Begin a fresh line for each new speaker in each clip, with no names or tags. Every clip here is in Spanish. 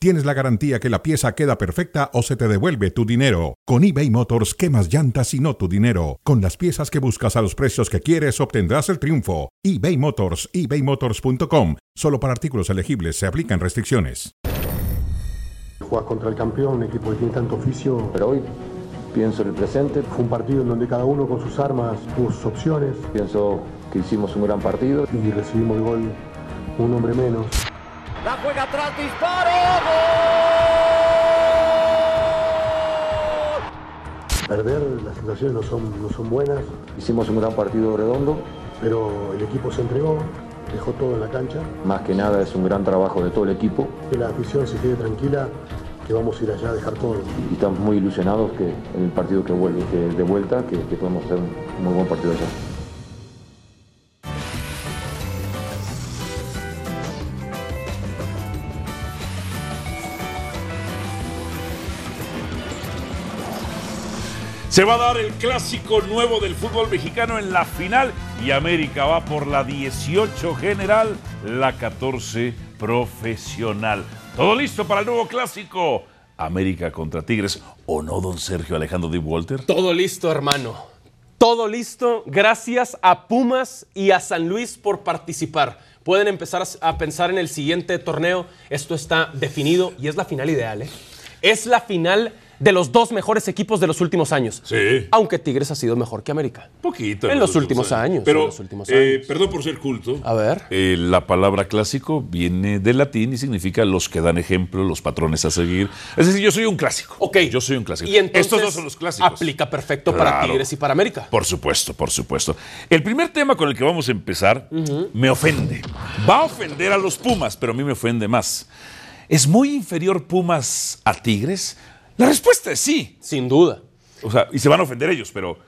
tienes la garantía que la pieza queda perfecta o se te devuelve tu dinero. Con eBay Motors, quemas llantas y no tu dinero. Con las piezas que buscas a los precios que quieres, obtendrás el triunfo. eBay Motors, ebaymotors.com. Solo para artículos elegibles se aplican restricciones.
Juegas contra el campeón, un equipo que tiene tanto oficio.
Pero hoy pienso en el presente,
Fue un partido en donde cada uno con sus armas, sus opciones,
pienso que hicimos un gran partido.
y recibimos el gol un hombre menos.
La juega atrás, disparo, gol.
Perder, las sensaciones no son, no son buenas,
Hicimos un gran partido redondo,
pero el equipo se entregó, dejó todo en la cancha.
más que nada es un gran trabajo de todo el equipo
Que la afición se quede tranquila, que vamos a ir allá a dejar todo.
y estamos muy ilusionados que en el partido que vuelve, que de vuelta, que, que podemos hacer un muy buen partido allá.
Se va a dar el clásico nuevo del fútbol mexicano en la final y América va por la 18 general, la 14 profesional. Todo listo para el nuevo clásico. América contra Tigres, ¿o no, don Sergio Alejandro Di Walter?
Todo listo, hermano. Todo listo. Gracias a Pumas y a San Luis por participar. Pueden empezar a pensar en el siguiente torneo. Esto está definido y es la final ideal. ¿eh? Es la final de los dos mejores equipos de los últimos años.
Sí.
Aunque Tigres ha sido mejor que América.
Poquito.
En los últimos años,
Pero,
en los últimos
eh,
años.
perdón por ser culto.
A ver.
Eh, la palabra clásico viene del latín y significa los que dan ejemplo, los patrones a seguir. Es decir, yo soy un clásico.
Ok.
Yo soy un clásico.
Y entonces
Estos dos son los clásicos.
Aplica perfecto para
Claro.
Tigres y para América.
Por supuesto, por supuesto. El primer tema con el que vamos a empezar me ofende. Va a ofender a los Pumas, pero a mí me ofende más. ¿Es muy inferior Pumas a Tigres? La respuesta es sí.
Sin duda.
O sea, y se van a ofender ellos, pero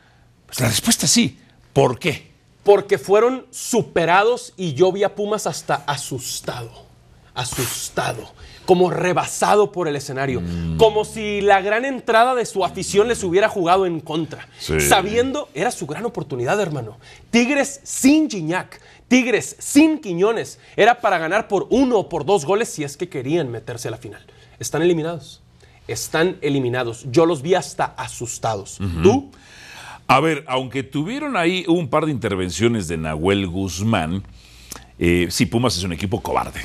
pues, la respuesta es sí. ¿Por qué?
Porque fueron superados y yo vi a Pumas hasta asustado. Asustado. Como rebasado por el escenario.
Mm.
Como si la gran entrada de su afición les hubiera jugado en contra.
Sí.
Sabiendo, era su gran oportunidad, hermano. Tigres sin Gignac. Tigres sin Quiñones. Era para ganar por uno o por dos goles si es que querían meterse a la final. Están eliminados. Están eliminados. Yo los vi hasta asustados. ¿Tú?
A ver, aunque tuvieron ahí un par de intervenciones de Nahuel Guzmán, eh, sí, Pumas es un equipo cobarde.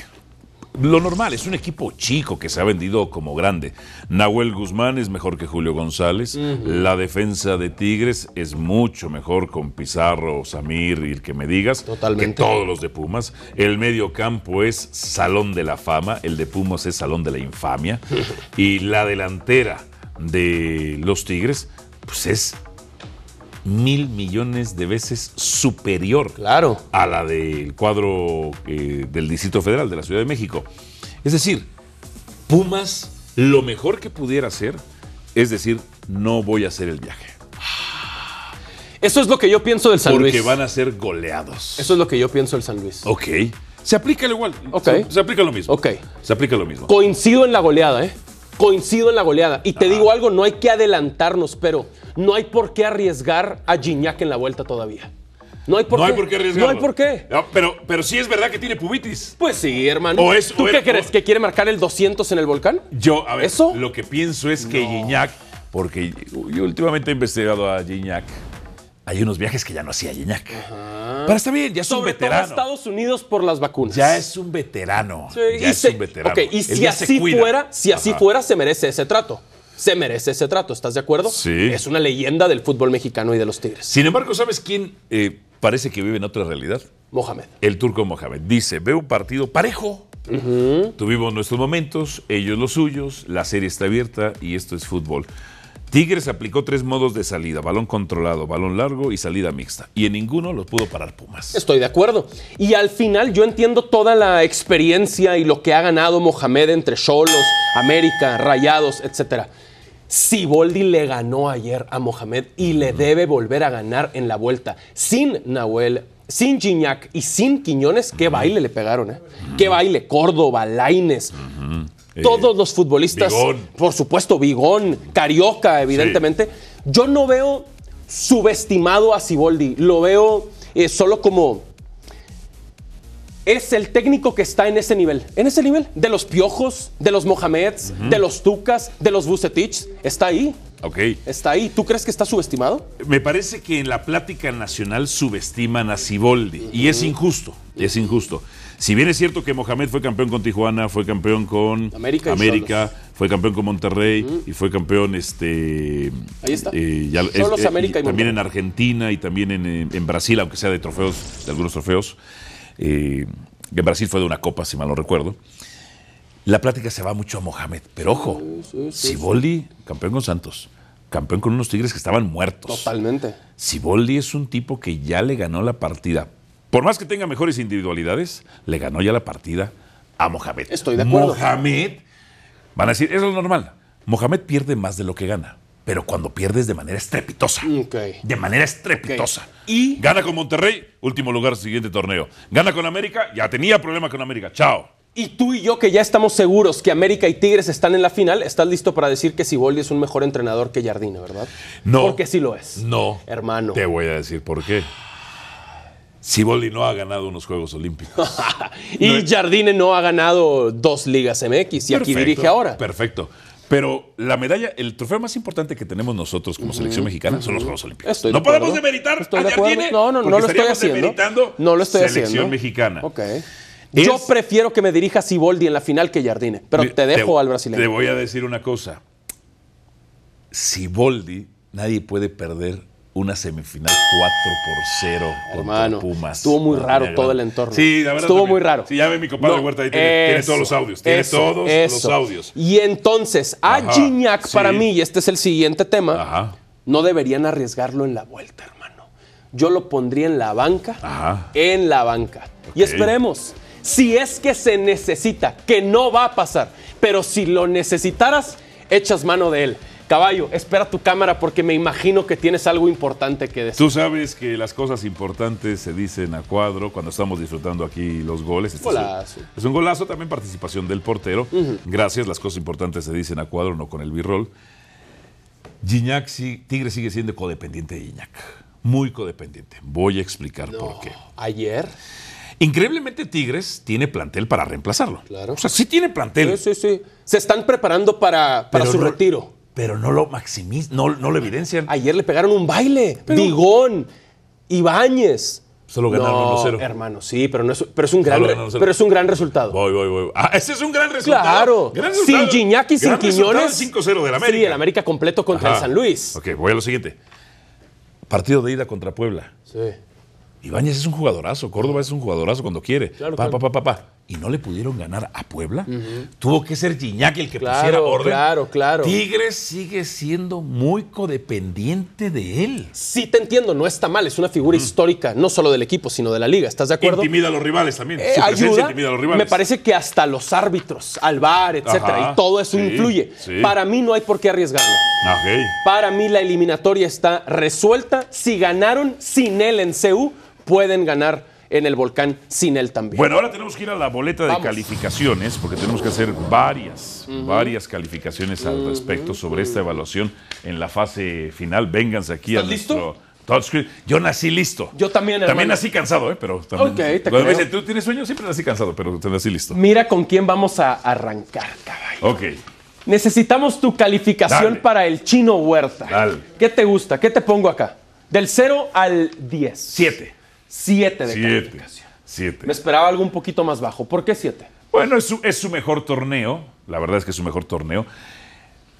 Lo normal, es un equipo chico que se ha vendido como grande. Nahuel Guzmán es mejor que Julio González. La defensa de Tigres es mucho mejor con Pizarro, Samir y el que me digas.
Totalmente.
Que todos los de Pumas. El medio campo es Salón de la Fama. El de Pumas es Salón de la Infamia. y la delantera de los Tigres, pues es mil millones de veces superior
Claro.
a la del cuadro eh, del Distrito Federal de la Ciudad de México. Es decir, Pumas lo mejor que pudiera hacer es decir, no voy a hacer el viaje.
Eso es lo que yo pienso del San
porque
Luis.
van a ser goleados.
Eso es lo que yo pienso del San Luis.
Ok. Se aplica lo igual.
Ok.
Se, se aplica lo mismo.
Ok.
Se aplica lo mismo.
Coincido en la goleada, ¿eh? Coincido en la goleada. Y
Ah.
te digo algo, no hay que adelantarnos, pero no hay por qué arriesgar a Gignac en la vuelta todavía. No hay por
no
qué.
hay por qué arriesgarlo.
No hay por qué.
No, pero, pero sí es verdad que tiene pubitis.
Pues sí, hermano.
O es-
¿Tú
o
qué
era-
crees?
o-
¿Que quiere marcar el 200 en el volcán?
Yo, a ver,
¿Eso?
lo que pienso es que Gignac, porque yo últimamente he investigado a Gignac, hay unos viajes que ya no hacía Gignac. Pero está bien, ya es un
Sobre todo a
veterano.
Estados Unidos por las vacunas.
Ya es un veterano.
Sí,
ya es
se-
un veterano.
ok, y
Él
si
ya se
así
cuida.
fuera, si así
Ajá.
fuera, se merece ese trato. Se merece ese trato, ¿estás de acuerdo?
Sí.
Es una leyenda del fútbol mexicano y de los Tigres.
Sin embargo, ¿sabes quién eh, parece que vive en otra realidad?
Mohamed.
El turco Mohamed dice, veo un partido parejo. Tuvimos nuestros momentos, ellos los suyos, la serie está abierta y esto es fútbol. Tigres aplicó tres modos de salida, balón controlado, balón largo y salida mixta. Y en ninguno los pudo parar Pumas.
Estoy de acuerdo. Y al final yo entiendo toda la experiencia y lo que ha ganado Mohamed entre Cholos, América, Rayados, etc. Siboldi le ganó ayer a Mohamed y le debe volver a ganar en la vuelta sin Nahuel, sin Gignac y sin Quiñones, qué baile le pegaron, ¿eh? Qué baile. Córdoba, Laines. Todos los futbolistas,
Bigón.
por supuesto, Bigón, Carioca, evidentemente. Yo no veo subestimado a Siboldi, lo veo eh, solo como es el técnico que está en ese nivel. En ese nivel de los Piojos, de los Mohameds, de los Tucas, de los Bucetich. Está ahí.
Ok.
Está ahí. ¿Tú crees que está subestimado?
Me parece que en la plática nacional subestiman a Siboldi. Y es injusto. Es injusto. Si bien es cierto que Mohamed fue campeón con Tijuana, fue campeón con
América y
América, fue campeón con Monterrey y fue campeón este.
Ahí está.
eh, ya-
Solos, América y
también
Monterrey.
en Argentina y también en, eh, en Brasil, aunque sea de trofeos, de algunos trofeos. Eh, en Brasil fue de una copa, si mal no recuerdo. La plática se va mucho a Mohamed. Pero ojo, Siboldi, campeón con Santos, campeón con unos tigres que estaban muertos.
Totalmente.
Siboldi es un tipo que ya le ganó la partida. Por más que tenga mejores individualidades, le ganó ya la partida a Mohamed.
Estoy de acuerdo.
Mohamed, van a decir, es lo normal. Mohamed pierde más de lo que gana, pero cuando pierdes de manera estrepitosa.
Ok.
De manera estrepitosa.
Mm. Ok. Y-
gana con Monterrey, último lugar siguiente torneo. Gana con América, ya tenía problema con América. Chao.
Y tú y yo, que ya estamos seguros que América y Tigres están en la final, estás listo para decir que Siboldi es un mejor entrenador que Jardine, ¿verdad?
No.
Porque sí lo es.
No.
Hermano.
Te voy a decir por qué. Siboldi no ha ganado unos Juegos Olímpicos.
y Jardine no ha ganado dos ligas MX y aquí
Perfecto,
dirige ahora.
Perfecto. Pero la medalla, el trofeo más importante que tenemos nosotros como selección mexicana son los Juegos Olímpicos.
Estoy de
no podemos
acuerdo.
demeritar
Estoy
a
de acuerdo.
Jardine
No, no, no
porque
lo estoy
estaríamos
haciendo.
demeritando
No lo estoy
selección
haciendo.
mexicana.
Ok.
Es-
Yo prefiero que me dirija Siboldi en la final que Jardine, pero te dejo al
Te
brasileño.
voy a decir una cosa. Si Boldi, nadie puede perder una semifinal 4 por 0 contra
Hermano,
Pumas.
estuvo muy
Contra
raro
Negra.
todo el entorno.
Sí, la verdad.
Estuvo
también.
muy raro.
Sí, ya ve mi compadre
No,
Huerta ahí tiene, tiene
eso,
todos los audios. Tiene
eso,
todos los
eso.
audios.
Y entonces, a
Ajá,
Gignac, para
sí.
mí, y este es el siguiente tema,
Ajá.
no deberían arriesgarlo en la vuelta, hermano. Yo lo pondría en la banca.
Ajá.
En la banca. Y
Ok.
esperemos. Si es que se necesita, que no va a pasar, pero si lo necesitaras, echas mano de él. Caballo, espera tu cámara porque me imagino que tienes algo importante que decir.
Tú sabes que las cosas importantes se dicen a cuadro cuando estamos disfrutando aquí los goles. Este es un-
Golazo.
Es un, golazo, también participación del portero. Gracias, las cosas importantes se dicen a cuadro, no con el birrol. Gignac, sí- Tigre sigue siendo codependiente de Gignac. Muy codependiente. Voy a explicar por qué.
Ayer.
Increíblemente, Tigres tiene plantel para reemplazarlo.
Claro.
O sea, sí tiene plantel.
Sí, sí, sí. Se están preparando para, para
pero
su
no-
retiro.
Pero no lo maximizan, no, no lo evidencian.
Ayer le pegaron un baile.
Pero-
Bigón, Ibáñez.
Solo ganaron
No,
1-0.
Hermano, sí, pero, no es, pero, es un gran,
Solo
re-
ganaron 1-0.
pero es un gran resultado.
Voy, voy, voy. Ah, ese es un gran resultado.
Claro.
Gran
sin
resultado.
Gignac y sin
Gran resultado
Quiñones.
el 5-0 del América.
Sí, el América completo contra
Ajá.
el San Luis.
Ok, voy a lo siguiente. Partido de ida contra Puebla.
Sí.
Ibáñez es un jugadorazo, Córdoba es un jugadorazo cuando quiere.
Claro,
pa, pa,
claro.
pa, pa, pa. Y no le pudieron ganar a Puebla. Tuvo que ser Gignac el que
Claro,
pusiera orden.
claro, claro.
Tigres sigue siendo muy codependiente de él.
Sí te entiendo, no está mal, es una figura histórica, no solo del equipo, sino de la liga, ¿estás de acuerdo?
Intimida a los rivales también.
Eh,
Su presencia
ayuda,
intimida a los rivales.
me parece que hasta los árbitros, al VAR, etcétera,
Ajá,
y todo eso
sí,
influye.
sí.
Para mí no hay por qué arriesgarlo.
Ah, Ok.
Para mí la eliminatoria está resuelta. Si ganaron sin él en CU, pueden ganar en el Volcán sin él también.
Bueno, ahora tenemos que ir a la boleta de
Vamos.
calificaciones, porque tenemos que hacer varias, varias calificaciones al respecto sobre esta evaluación en la fase final. Vénganse aquí a
¿Estás
nuestro touchscreen. Yo nací listo.
Yo también,
También
hermano.
nací cansado, ¿eh? Pero también.
Ok, te
Cuando me
creo.
dicen, tú tienes sueño, siempre nací cansado, pero te nací listo.
Mira con quién vamos a arrancar, caballo.
Ok.
Necesitamos tu calificación
Dale.
para el chino Huerta.
Dale.
¿Qué te gusta? ¿Qué te pongo acá? Del 0 al 10.
Siete.
7 de
Siete.
calificación.
Siete.
Me esperaba algo un poquito más bajo. ¿Por qué 7?
Bueno, es su, es su mejor torneo. La verdad es que es su mejor torneo.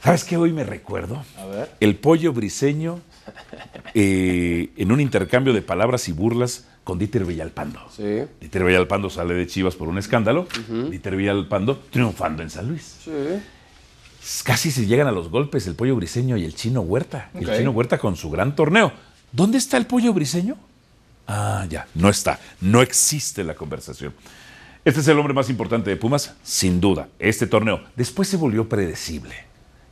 ¿Sabes qué hoy me recuerdo? A ver. El pollo briseño eh, en un intercambio de palabras y burlas con Dieter Villalpando.
Sí.
Dieter Villalpando sale de Chivas por un escándalo. Dieter Villalpando triunfando en San Luis. pues, Casi se llegan a los golpes el pollo briseño y el chino Huerta. El chino Huerta con su gran torneo. ¿Dónde está el pollo briseño? Ah, ya, no está. No existe la conversación. Este es el hombre más importante de Pumas, sin duda, este torneo. Después se volvió predecible.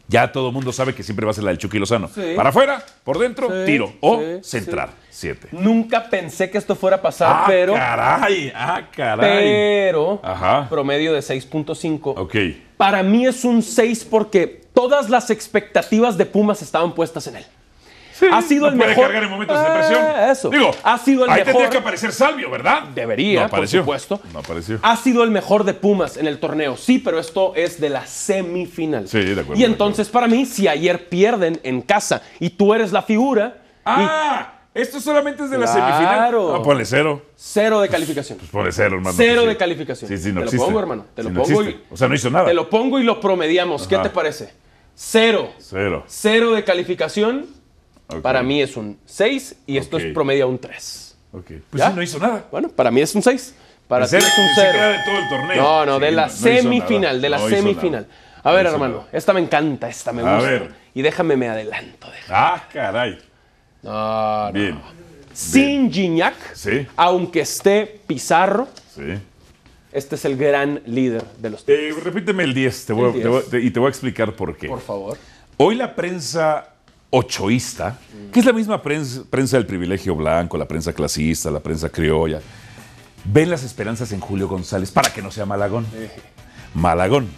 Ya todo el mundo sabe que siempre va a ser la del Chucky Lozano.
Sí.
Para afuera, por dentro,
Sí,
tiro o
sí,
centrar. Siete.
Nunca pensé que esto fuera a pasar,
ah,
pero.
caray, ah, caray.
Pero.
Ajá.
Promedio de 6.5.
Ok.
Para mí es un 6 porque todas las expectativas de Pumas estaban puestas en él. ha sido
No
el
puede
mejor.
cargar en momentos de
Ah,
depresión.
eso.
Digo,
ha sido el
ahí
mejor.
tendría que aparecer Salvio, ¿verdad?
Debería,
No
ah, por
apareció.
supuesto. Ah,
No apareció.
Ha sido el mejor de Pumas en el torneo, sí, pero esto es de la semifinal.
Sí, de acuerdo,
Y
de
entonces, para mí, si ayer pierden en casa y tú eres la figura, y
¡Ah! Esto solamente es de la
Claro.
semifinal. No, ponle cero.
cero de calificación.
Pues ponle cero, hermano.
Cero
Sí.
de calificación.
Sí, sí, no
Te
existe.
lo pongo, hermano. Te
Sí,
lo
no
pongo
existe.
y.
O sea, no hizo nada.
Te lo pongo y lo promediamos. ¿Qué
Ajá.
te parece? Cero.
Cero.
Cero de calificación.
Ok.
Para mí es un 6 y esto
Ok.
es promedio a un 3.
Ok. Pues
¿Ya?
sí, no hizo nada.
Bueno, para mí es un 6. Para ti
Cero,
es un
se
0.
queda de todo el torneo.
No, no,
Sí,
de la
no- no hizo
semifinal, de la
nada. No hizo
semifinal.
nada.
A
No
ver,
hizo
hermano,
nada.
esta me encanta, esta me
A
gusta.
ver.
Y déjame me adelanto. déjame.
Ah, caray.
No, no.
Bien.
Sin Gignac,
Sí.
aunque esté Pizarro,
Sí.
este es el gran líder de los
Eh, repíteme el 10, te voy a-
El
te voy a-
10.
te- y te voy a explicar por qué.
Por favor.
Hoy la prensa ochoísta, que es la misma prensa, prensa del privilegio blanco, la prensa clasista, la prensa criolla, ven las esperanzas en Julio González para que no sea Malagón. Malagón.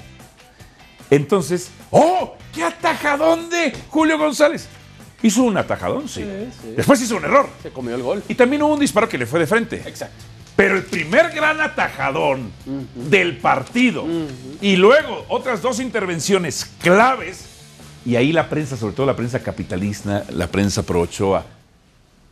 Entonces, ¡oh! ¡Qué atajadón de Julio González! Hizo un atajadón, sí. Después hizo un error.
Se comió el gol.
Y también hubo un disparo que le fue de frente.
Exacto.
Pero el primer gran atajadón del partido y luego otras dos intervenciones claves, y ahí la prensa, sobre todo la prensa capitalista, la prensa pro Ochoa,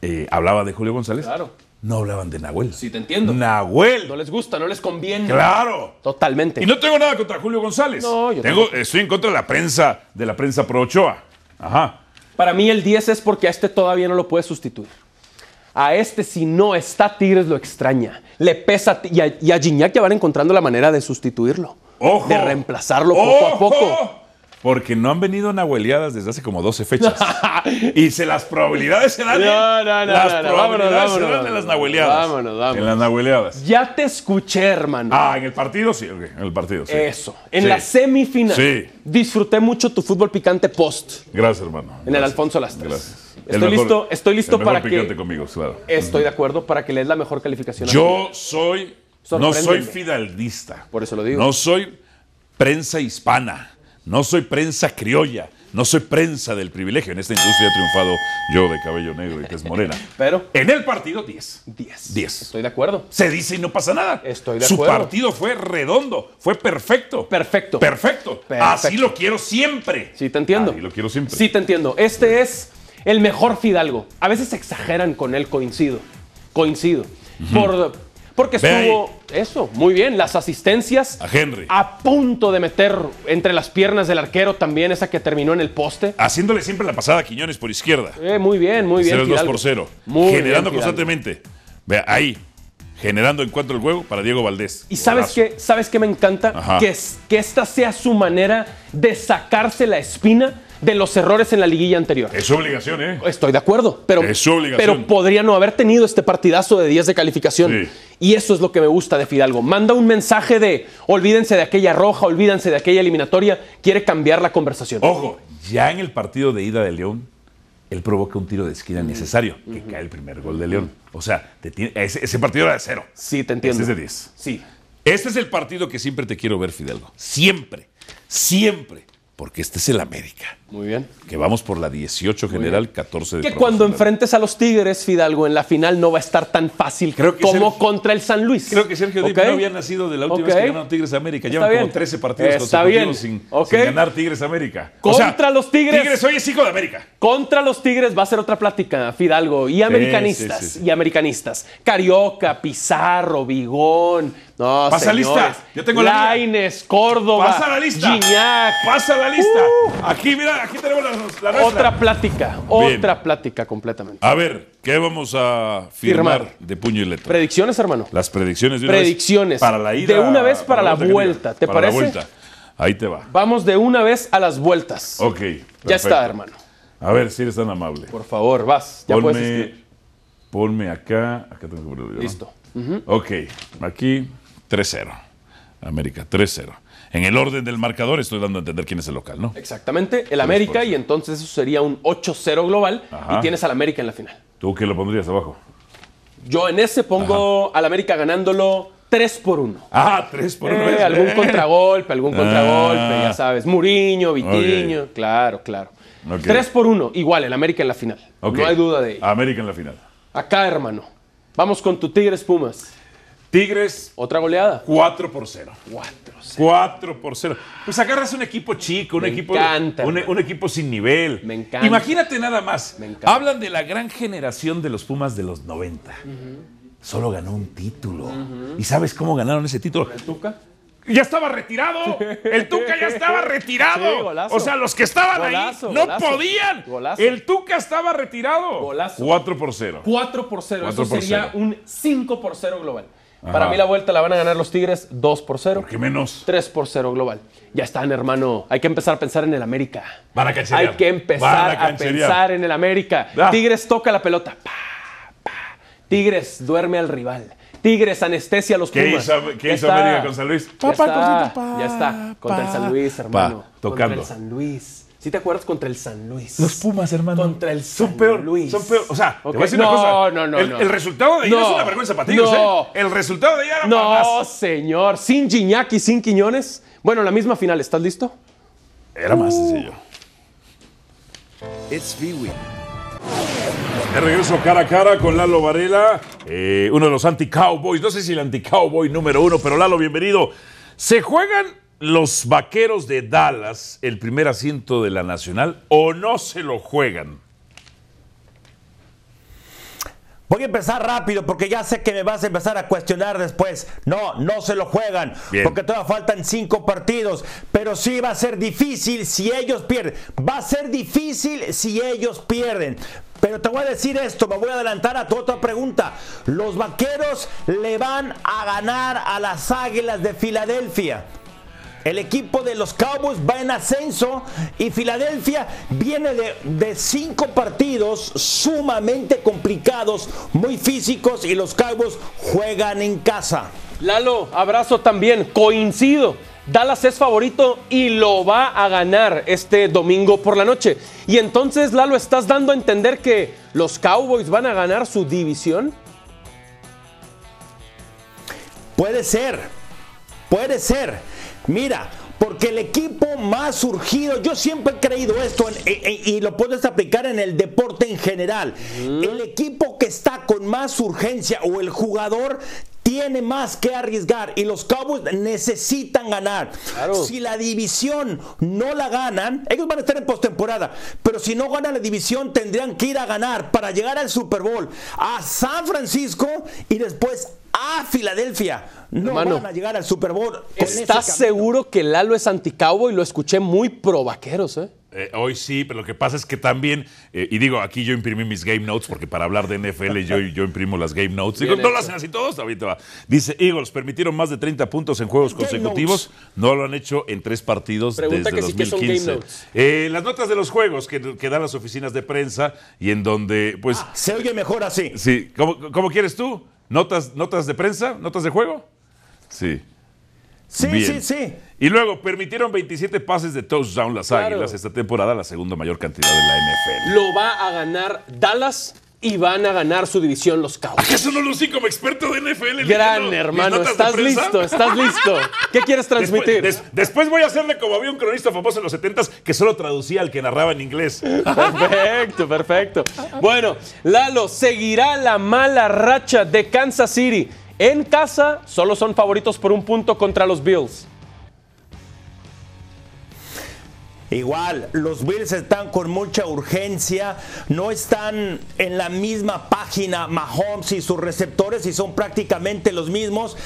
eh, hablaba de Julio González.
Claro.
No hablaban de Nahuel.
Sí, te entiendo.
Nahuel.
No les gusta, no les conviene.
Claro.
Totalmente.
Y no tengo nada contra Julio González.
No, yo
Tengo- Estoy en contra de la prensa, de la prensa pro Ochoa. Ajá.
Para mí el 10 es porque a este todavía no lo puede sustituir. A este, si no está Tigres, lo extraña. Le pesa a Ti- y a, y a Gignac ya van encontrando la manera de sustituirlo.
Ojo.
De reemplazarlo poco a
Ojo.
poco.
Porque no han venido nahueleadas desde hace como 12 fechas. y se las probabilidades se dan. en-
No, no, no,
Las
no, no,
probabilidades
vámonos,
se dan
vámonos,
en las
vámonos,
nahueleadas.
vámonos, vámonos.
En las nahueleadas.
Ya te escuché, hermano.
Ah, en el partido sí. ok, en el partido sí.
Eso. En
Sí.
la semifinal.
Sí.
Disfruté mucho tu fútbol picante post
Gracias, hermano.
en el
Gracias.
Alfonso Lastres.
Gracias. El mejor-
Estoy listo, estoy listo
el mejor
para
picante
que.
conmigo, claro.
Estoy de acuerdo para que le des la mejor calificación. a
Yo soy, no soy
Sorpréndeme.
fidaldista.
Por eso lo digo.
No soy prensa hispana, no soy prensa criolla, no soy prensa del privilegio. En esta industria he triunfado yo de cabello negro y tez morena.
Pero-
En el partido, 10.
10.
10.
Estoy de acuerdo.
Se dice y no pasa nada.
Estoy de
Su
acuerdo.
partido fue redondo, fue perfecto.
Perfecto.
Perfecto.
Perfecto.
Así lo quiero siempre.
Sí, te entiendo.
Así lo quiero siempre.
Sí, te entiendo. Este es el mejor Fidalgo. A veces exageran con él, coincido. Coincido. Por- porque
Ve ahí.
estuvo. Eso, muy bien. Las asistencias.
A Henry.
A punto de meter entre las piernas del arquero también, esa que terminó en el poste.
Haciéndole siempre la pasada a Quiñones por izquierda.
Eh, muy bien, muy bien.
Cero es dos
Fidalgo.
por 0.
Muy
Generando
bien, Fidalgo.
constantemente. Vea, ahí. Generando en cuanto el juego para Diego Valdés.
Y sabes
Golazo.
qué, sabes qué me encanta
Ajá.
que, es- que esta sea su manera de sacarse la espina de los errores en la liguilla anterior.
Es su obligación, ¿eh?
Estoy de acuerdo, pero,
Es su obligación.
pero podría no haber tenido este partidazo de 10 de calificación.
Sí.
Y eso es lo que me gusta de Fidalgo. Manda un mensaje de olvídense de aquella roja, olvídense de aquella eliminatoria, quiere cambiar la conversación.
Ojo, ya en el partido de ida de León, él provoca un tiro de esquina necesario, que cae el primer gol de León. O sea, te tiene- ese, ese partido era de cero.
Sí, te entiendo.
Este es de 10.
Sí.
Este es el partido que siempre te quiero ver, Fidalgo. Siempre, siempre. Porque este es el América,
Muy bien.
que vamos por la 18 general, 14 de
Que cuando
profesional.
enfrentes a los Tigres, Fidalgo, en la final no va a estar tan fácil
Creo que
como
Sergio-
contra el San Luis.
Creo que Sergio Dip
¿Ok?
no había nacido de la última vez
Ok.
que ganaron Tigres América.
Está
Llevan como
bien.
13 partidos
Está bien.
consecutivos sin,
Ok.
sin ganar Tigres América.
Contra los Tigres.
Tigres hoy es hijo de América.
Contra los Tigres va a ser otra plática, Fidalgo. Y americanistas,
sí, sí.
y americanistas. Carioca, Pizarro, Vigón. No,
Pasa
señores.
lista. Yo tengo la mía.
Lainez, Córdoba.
Pasa la lista.
Gignac. Uh.
Pasa la lista. aquí, mira, aquí tenemos la, la nuestra.
Otra plática,
Bien.
otra plática completamente.
A ver, ¿qué vamos a firmar,
Firmar.
de puño y letra?
Predicciones, hermano.
Las predicciones de una vez
Predicciones.
para la ida.
De una vez para la vuelta, ¿te
para la
parece?
vuelta. Ahí te va.
Vamos de una vez a las vueltas.
Ok.
Ya está,
perfecto.
hermano.
A ver, si eres tan amable.
Por favor, vas. Ya puedes
ponme,
escribir.
ponme acá. Acá tengo que ponerlo yo, ¿no?
Listo.
Ok, aquí 3-0. América 3-0. En el orden del marcador estoy dando a entender quién es el local, ¿no?
Exactamente, el América y entonces eso sería un 8-0 global
Ajá.
y tienes al América en la final.
Tú que lo pondrías abajo.
Yo en ese pongo al América ganándolo 3 por 1.
Ah, 3 por 1.
Eh, algún contragolpe, algún contragolpe, ya sabes. Muriño, Vitiño,
Ah. Ok.
claro, claro.
Ok. Ah.
3 por 1, igual, el América en la final. No hay duda de ello.
América en la final.
Acá, hermano. Vamos con tu Tigres Pumas.
Tigres
Otra goleada.
4 por 0. 4 por 0. Pues agarras un equipo chico, un
Me
equipo
encanta,
un,
hermano.
un equipo sin nivel.
Me encanta.
Imagínate nada más.
Me encanta.
Hablan de la gran generación de los Pumas de los 90. Solo ganó un título. ¿Y sabes cómo ganaron ese título?
¿Tuca?
Ya estaba retirado. El Tuca ya estaba retirado.
Sí, golazo.
o sea, los que estaban
Golazo,
ahí no
golazo.
podían.
Golazo.
El Tuca estaba retirado.
Golazo.
4 por 0.
4 por 0.
Cuatro
Eso
por
sería
cero.
un 5 por 0 global.
Ajá.
Para mí la vuelta la van a ganar los Tigres 2 por 0.
¿Por qué menos?
3 por 0 global. Ya están, hermano. Hay que empezar a pensar en el América.
Van a cancherear.
Hay que
Van
empezar
a
a,
cancherear.
pensar en el América.
Ah.
Tigres toca la pelota. Pa, pa. Tigres duerme al rival. Tigres anestesia a los
¿Qué
Pumas.
hizo- qué
Ya
hizo
está.
América con San Luis?
Ya
Papá,
está.
cosita,
ya está. Contra el
pa,
San Luis,
pa.
hermano.
Tocando.
Contra el San Luis. ¿Sí te acuerdas contra el San Luis?
Los Pumas, hermano.
Contra el San
son peor,
Luis.
Son peor. O sea, te
Ok.
voy a decir una
No,
cosa.
no, no,
el,
no.
el resultado de ayer
No.
es una vergüenza para Tigres,
No.
¿eh? El resultado de ayer era para
No,
más.
señor. Sin Gignac y sin Quiñones. Bueno, la misma final. ¿Estás listo?
Era más sencillo.
It's VWeek.
De regreso cara a cara con Lalo Varela, eh, uno de los anti-cowboys. No sé si el anti-cowboy número uno, pero Lalo, bienvenido. ¿Se juegan los vaqueros de Dallas el primer asiento de la Nacional o no se lo juegan?
Voy a empezar rápido porque ya sé que me vas a empezar a cuestionar después. No, no se lo juegan
Bien.
porque todavía faltan cinco partidos. Pero sí va a ser difícil si ellos pierden. Va a ser difícil si ellos pierden. Pero te voy a decir esto, me voy a adelantar a tu otra pregunta. Los vaqueros le van a ganar a las águilas de Filadelfia. El equipo de los Cowboys va en ascenso y Filadelfia viene de, de cinco partidos sumamente complicados, muy físicos y los Cowboys juegan en casa.
Lalo, abrazo también. Coincido. Dallas es favorito y lo va a ganar este domingo por la noche. Y entonces, Lalo, ¿estás dando a entender que los Cowboys van a ganar su división?
Puede ser, puede ser. Mira, porque el equipo más surgido, yo siempre he creído esto en- e- e- y lo puedes aplicar en el deporte en general. El equipo que está con más urgencia o el jugador tiene más que arriesgar y los Cowboys necesitan ganar.
Claro.
Si la división no la ganan, ellos van a estar en postemporada, pero si no ganan la división tendrían que ir a ganar para llegar al Super Bowl a San Francisco y después a Filadelfia. No
Hermano,
van a llegar al Super Bowl. con ese
¿Estás
camino.
seguro que Lalo es anti-cowboy? Lo escuché muy pro vaqueros, ¿eh?
Eh, hoy sí, pero lo que pasa es que también, eh, y digo, aquí yo imprimí mis game notes, porque para hablar de NFL yo, yo imprimo las game notes. Digo,
Bien
no
hecho.
lo hacen así todos, ahorita va. Dice, Eagles, permitieron más de 30 puntos en juegos
Game
consecutivos. No lo han hecho en tres partidos
Pregunta
desde
que sí, ¿qué son game
2015.
notes?
Eh, las notas de los juegos que, que dan las oficinas de prensa y en donde, pues,
Ah.
Se oye mejor así.
sí, ¿cómo, cómo quieres tú? ¿Notas, ¿Notas de prensa? ¿Notas de juego? Sí.
Sí,
Bien.
sí, sí.
Y luego permitieron 27 pases de touchdown las
Claro.
Águilas esta temporada, la segunda mayor cantidad de la NFL.
Lo va a ganar Dallas y van a ganar su división los Cowboys.
¿Qué son los lucí como experto de NFL?
Gran
leyendo
hermano,
mis notas de
estás
prensa?
listo, estás listo. ¿Qué quieres
Después,
transmitir?
des- después voy a hacerle como había un cronista famoso en los 70s que solo traducía al que narraba en inglés.
Perfecto, perfecto. Bueno, Lalo, seguirá la mala racha de Kansas City. En casa solo son favoritos por un punto contra los Bills.
Igual, los Bills están con mucha urgencia, no están en la misma página Mahomes y sus receptores y son prácticamente los mismos.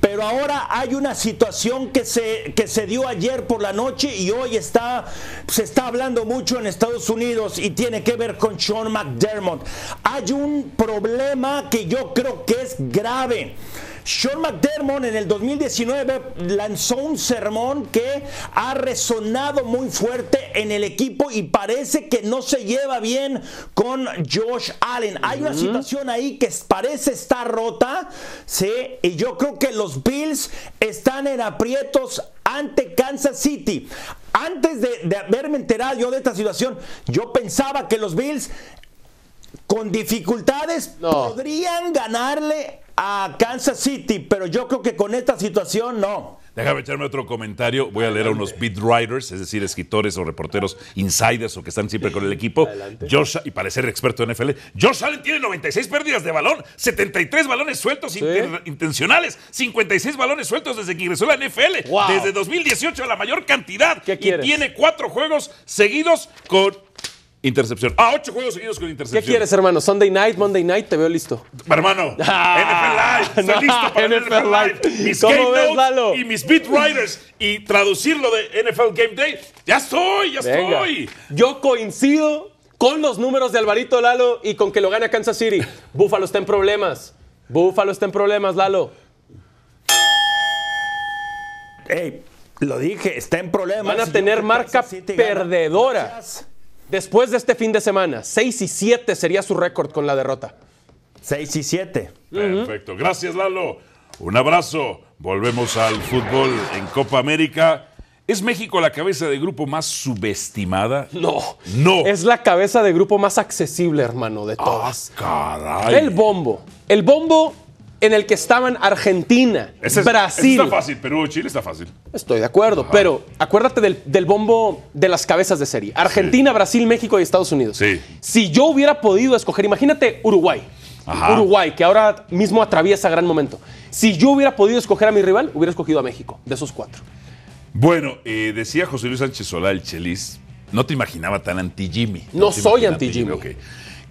Pero ahora hay una situación que se, que se dio ayer por la noche y hoy está, se está hablando mucho en Estados Unidos y tiene que ver con Sean McDermott. Hay un problema que yo creo que es grave. Sean McDermott en el 2019 lanzó un sermón que ha resonado muy fuerte en el equipo y parece que no se lleva bien con Josh Allen. Hay una situación ahí que parece estar rota, ¿sí? Y yo creo que los Bills están en aprietos ante Kansas City. Antes de, de haberme enterado yo de esta situación, yo pensaba que los Bills con dificultades
No.
podrían ganarle a Kansas City, pero yo creo que con esta situación no.
Déjame echarme otro comentario. Voy a leer a unos beat writers, es decir, escritores o reporteros insiders o que están siempre con el equipo. Josh, y parecer experto en NFL, Josh Allen tiene 96 pérdidas de balón, 73 balones sueltos inter- intencionales, 56 balones sueltos desde que ingresó a la NFL,
Wow.
desde 2018 la mayor cantidad.
¿Qué quieres?
Y tiene cuatro juegos seguidos con intercepción. Ah, ocho juegos seguidos con
¿Qué
intercepción.
quieres, hermano? Sunday night, Monday night, te veo listo.
Hermano,
Ah,
NFL Live, estoy
no,
listo para el
NFL
NFL Live.
Live.
Mis
¿Cómo
game
ves,
notes
Lalo?
y mis beat writers y traducirlo de NFL Game Day. Ya estoy, ya
Venga.
estoy.
Yo coincido con los números de Alvarito Lalo y con que lo gana Kansas City. Búfalo está en problemas. Búfalo está en problemas, Lalo.
Ey, lo dije, está en problemas.
Van a
Yo
tener
creo que
marca
Kansas City gana.
perdedora.
Gracias.
Después de este fin de semana, 6 y 7 sería su récord con la derrota.
6 y 7.
Perfecto. Gracias, Lalo. Un abrazo. Volvemos al fútbol en Copa América. ¿Es México la cabeza de grupo más subestimada?
No.
No.
Es la cabeza de grupo más accesible, hermano, de
Ah,
todas.
caray.
El bombo. El bombo en el que estaban Argentina,
Ese es-
Brasil.
ese está fácil. Perú, Chile está fácil.
Estoy de acuerdo, pero acuérdate del, del bombo de las cabezas de serie. Argentina, Brasil, México y Estados Unidos.
Sí.
Si yo hubiera podido escoger, imagínate Uruguay.
Ajá.
Uruguay, que ahora mismo atraviesa gran momento. Si yo hubiera podido escoger a mi rival, hubiera escogido a México, de esos cuatro.
Bueno, eh, decía José Luis Sánchez Solá, el chelis, no te imaginaba tan anti-Jimmy.
No
te
soy
imaginaba
anti-Jimmy.
ok.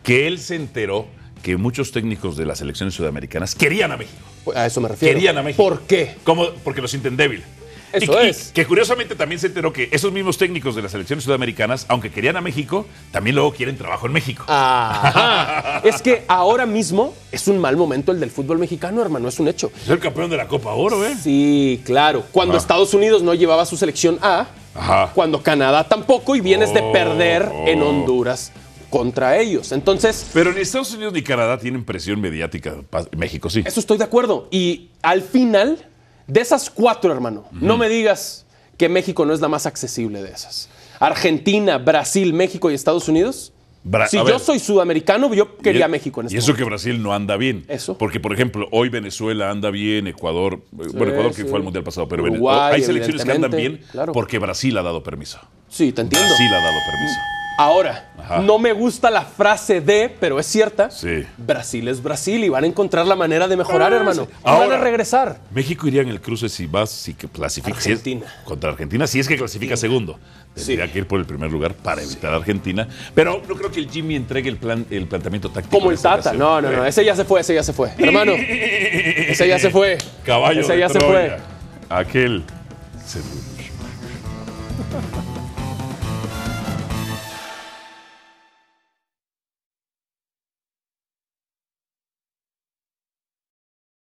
Que él se enteró que muchos técnicos de las selecciones sudamericanas querían a México.
A eso me refiero.
Querían a México.
¿Por qué?
Como, porque lo sienten débil.
Eso
Y- y
es.
que curiosamente también se enteró que esos mismos técnicos de las selecciones sudamericanas, aunque querían a México, también luego quieren trabajo en México.
Ah. Ajá. es que ahora mismo es un mal momento el del fútbol mexicano, hermano, es un hecho.
Es el campeón de la Copa Oro, ¿eh?
Sí, claro. Cuando
Ajá.
Estados Unidos no llevaba su selección A,
Ah. Ajá.
cuando Canadá tampoco y vienes de
Oh,
perder
oh.
en Honduras contra ellos. Entonces,
Pero ni Estados Unidos ni Canadá tienen presión mediática. Pa- México sí.
eso estoy de acuerdo. Y al final, de esas cuatro, hermano, no me digas que México no es la más accesible de esas. Argentina, Brasil, México y Estados Unidos.
Bra-
si
a
yo
ver.
soy sudamericano, yo quería
y, e-
México en este
Y eso
momento.
que Brasil no anda bien.
Eso.
Porque, por ejemplo, hoy Venezuela anda bien, Ecuador, eh, bueno, Ecuador que
sí.
fue al Mundial pasado, pero
Uruguay,
Vene- hay selecciones que andan bien
evidentemente, claro.
porque Brasil ha dado permiso.
Sí, te entiendo.
Brasil ha dado permiso.
Mm. Ahora,
Ajá.
no me gusta la frase de, pero es cierta.
Sí. Ah,
Brasil es Brasil y van a encontrar la manera de mejorar, hermano. Y van
Ahora.
a regresar.
México iría en el cruce si vas, si que clasifica. si es-
Argentina.
contra Argentina, si es que clasifica segundo. Tendría que ir por el primer lugar para evitar a Argentina. Pero no creo que el Jimmy entregue el, plan, el planteamiento táctico.
Como
en
el
esta
Tata.
ocasión. Eh.
No, no, no. Ese ya se fue, ese ya se fue. Hermano, ese ya se fue.
Caballo.
Ese
de
ya se
Troya.
fue.
Aquel.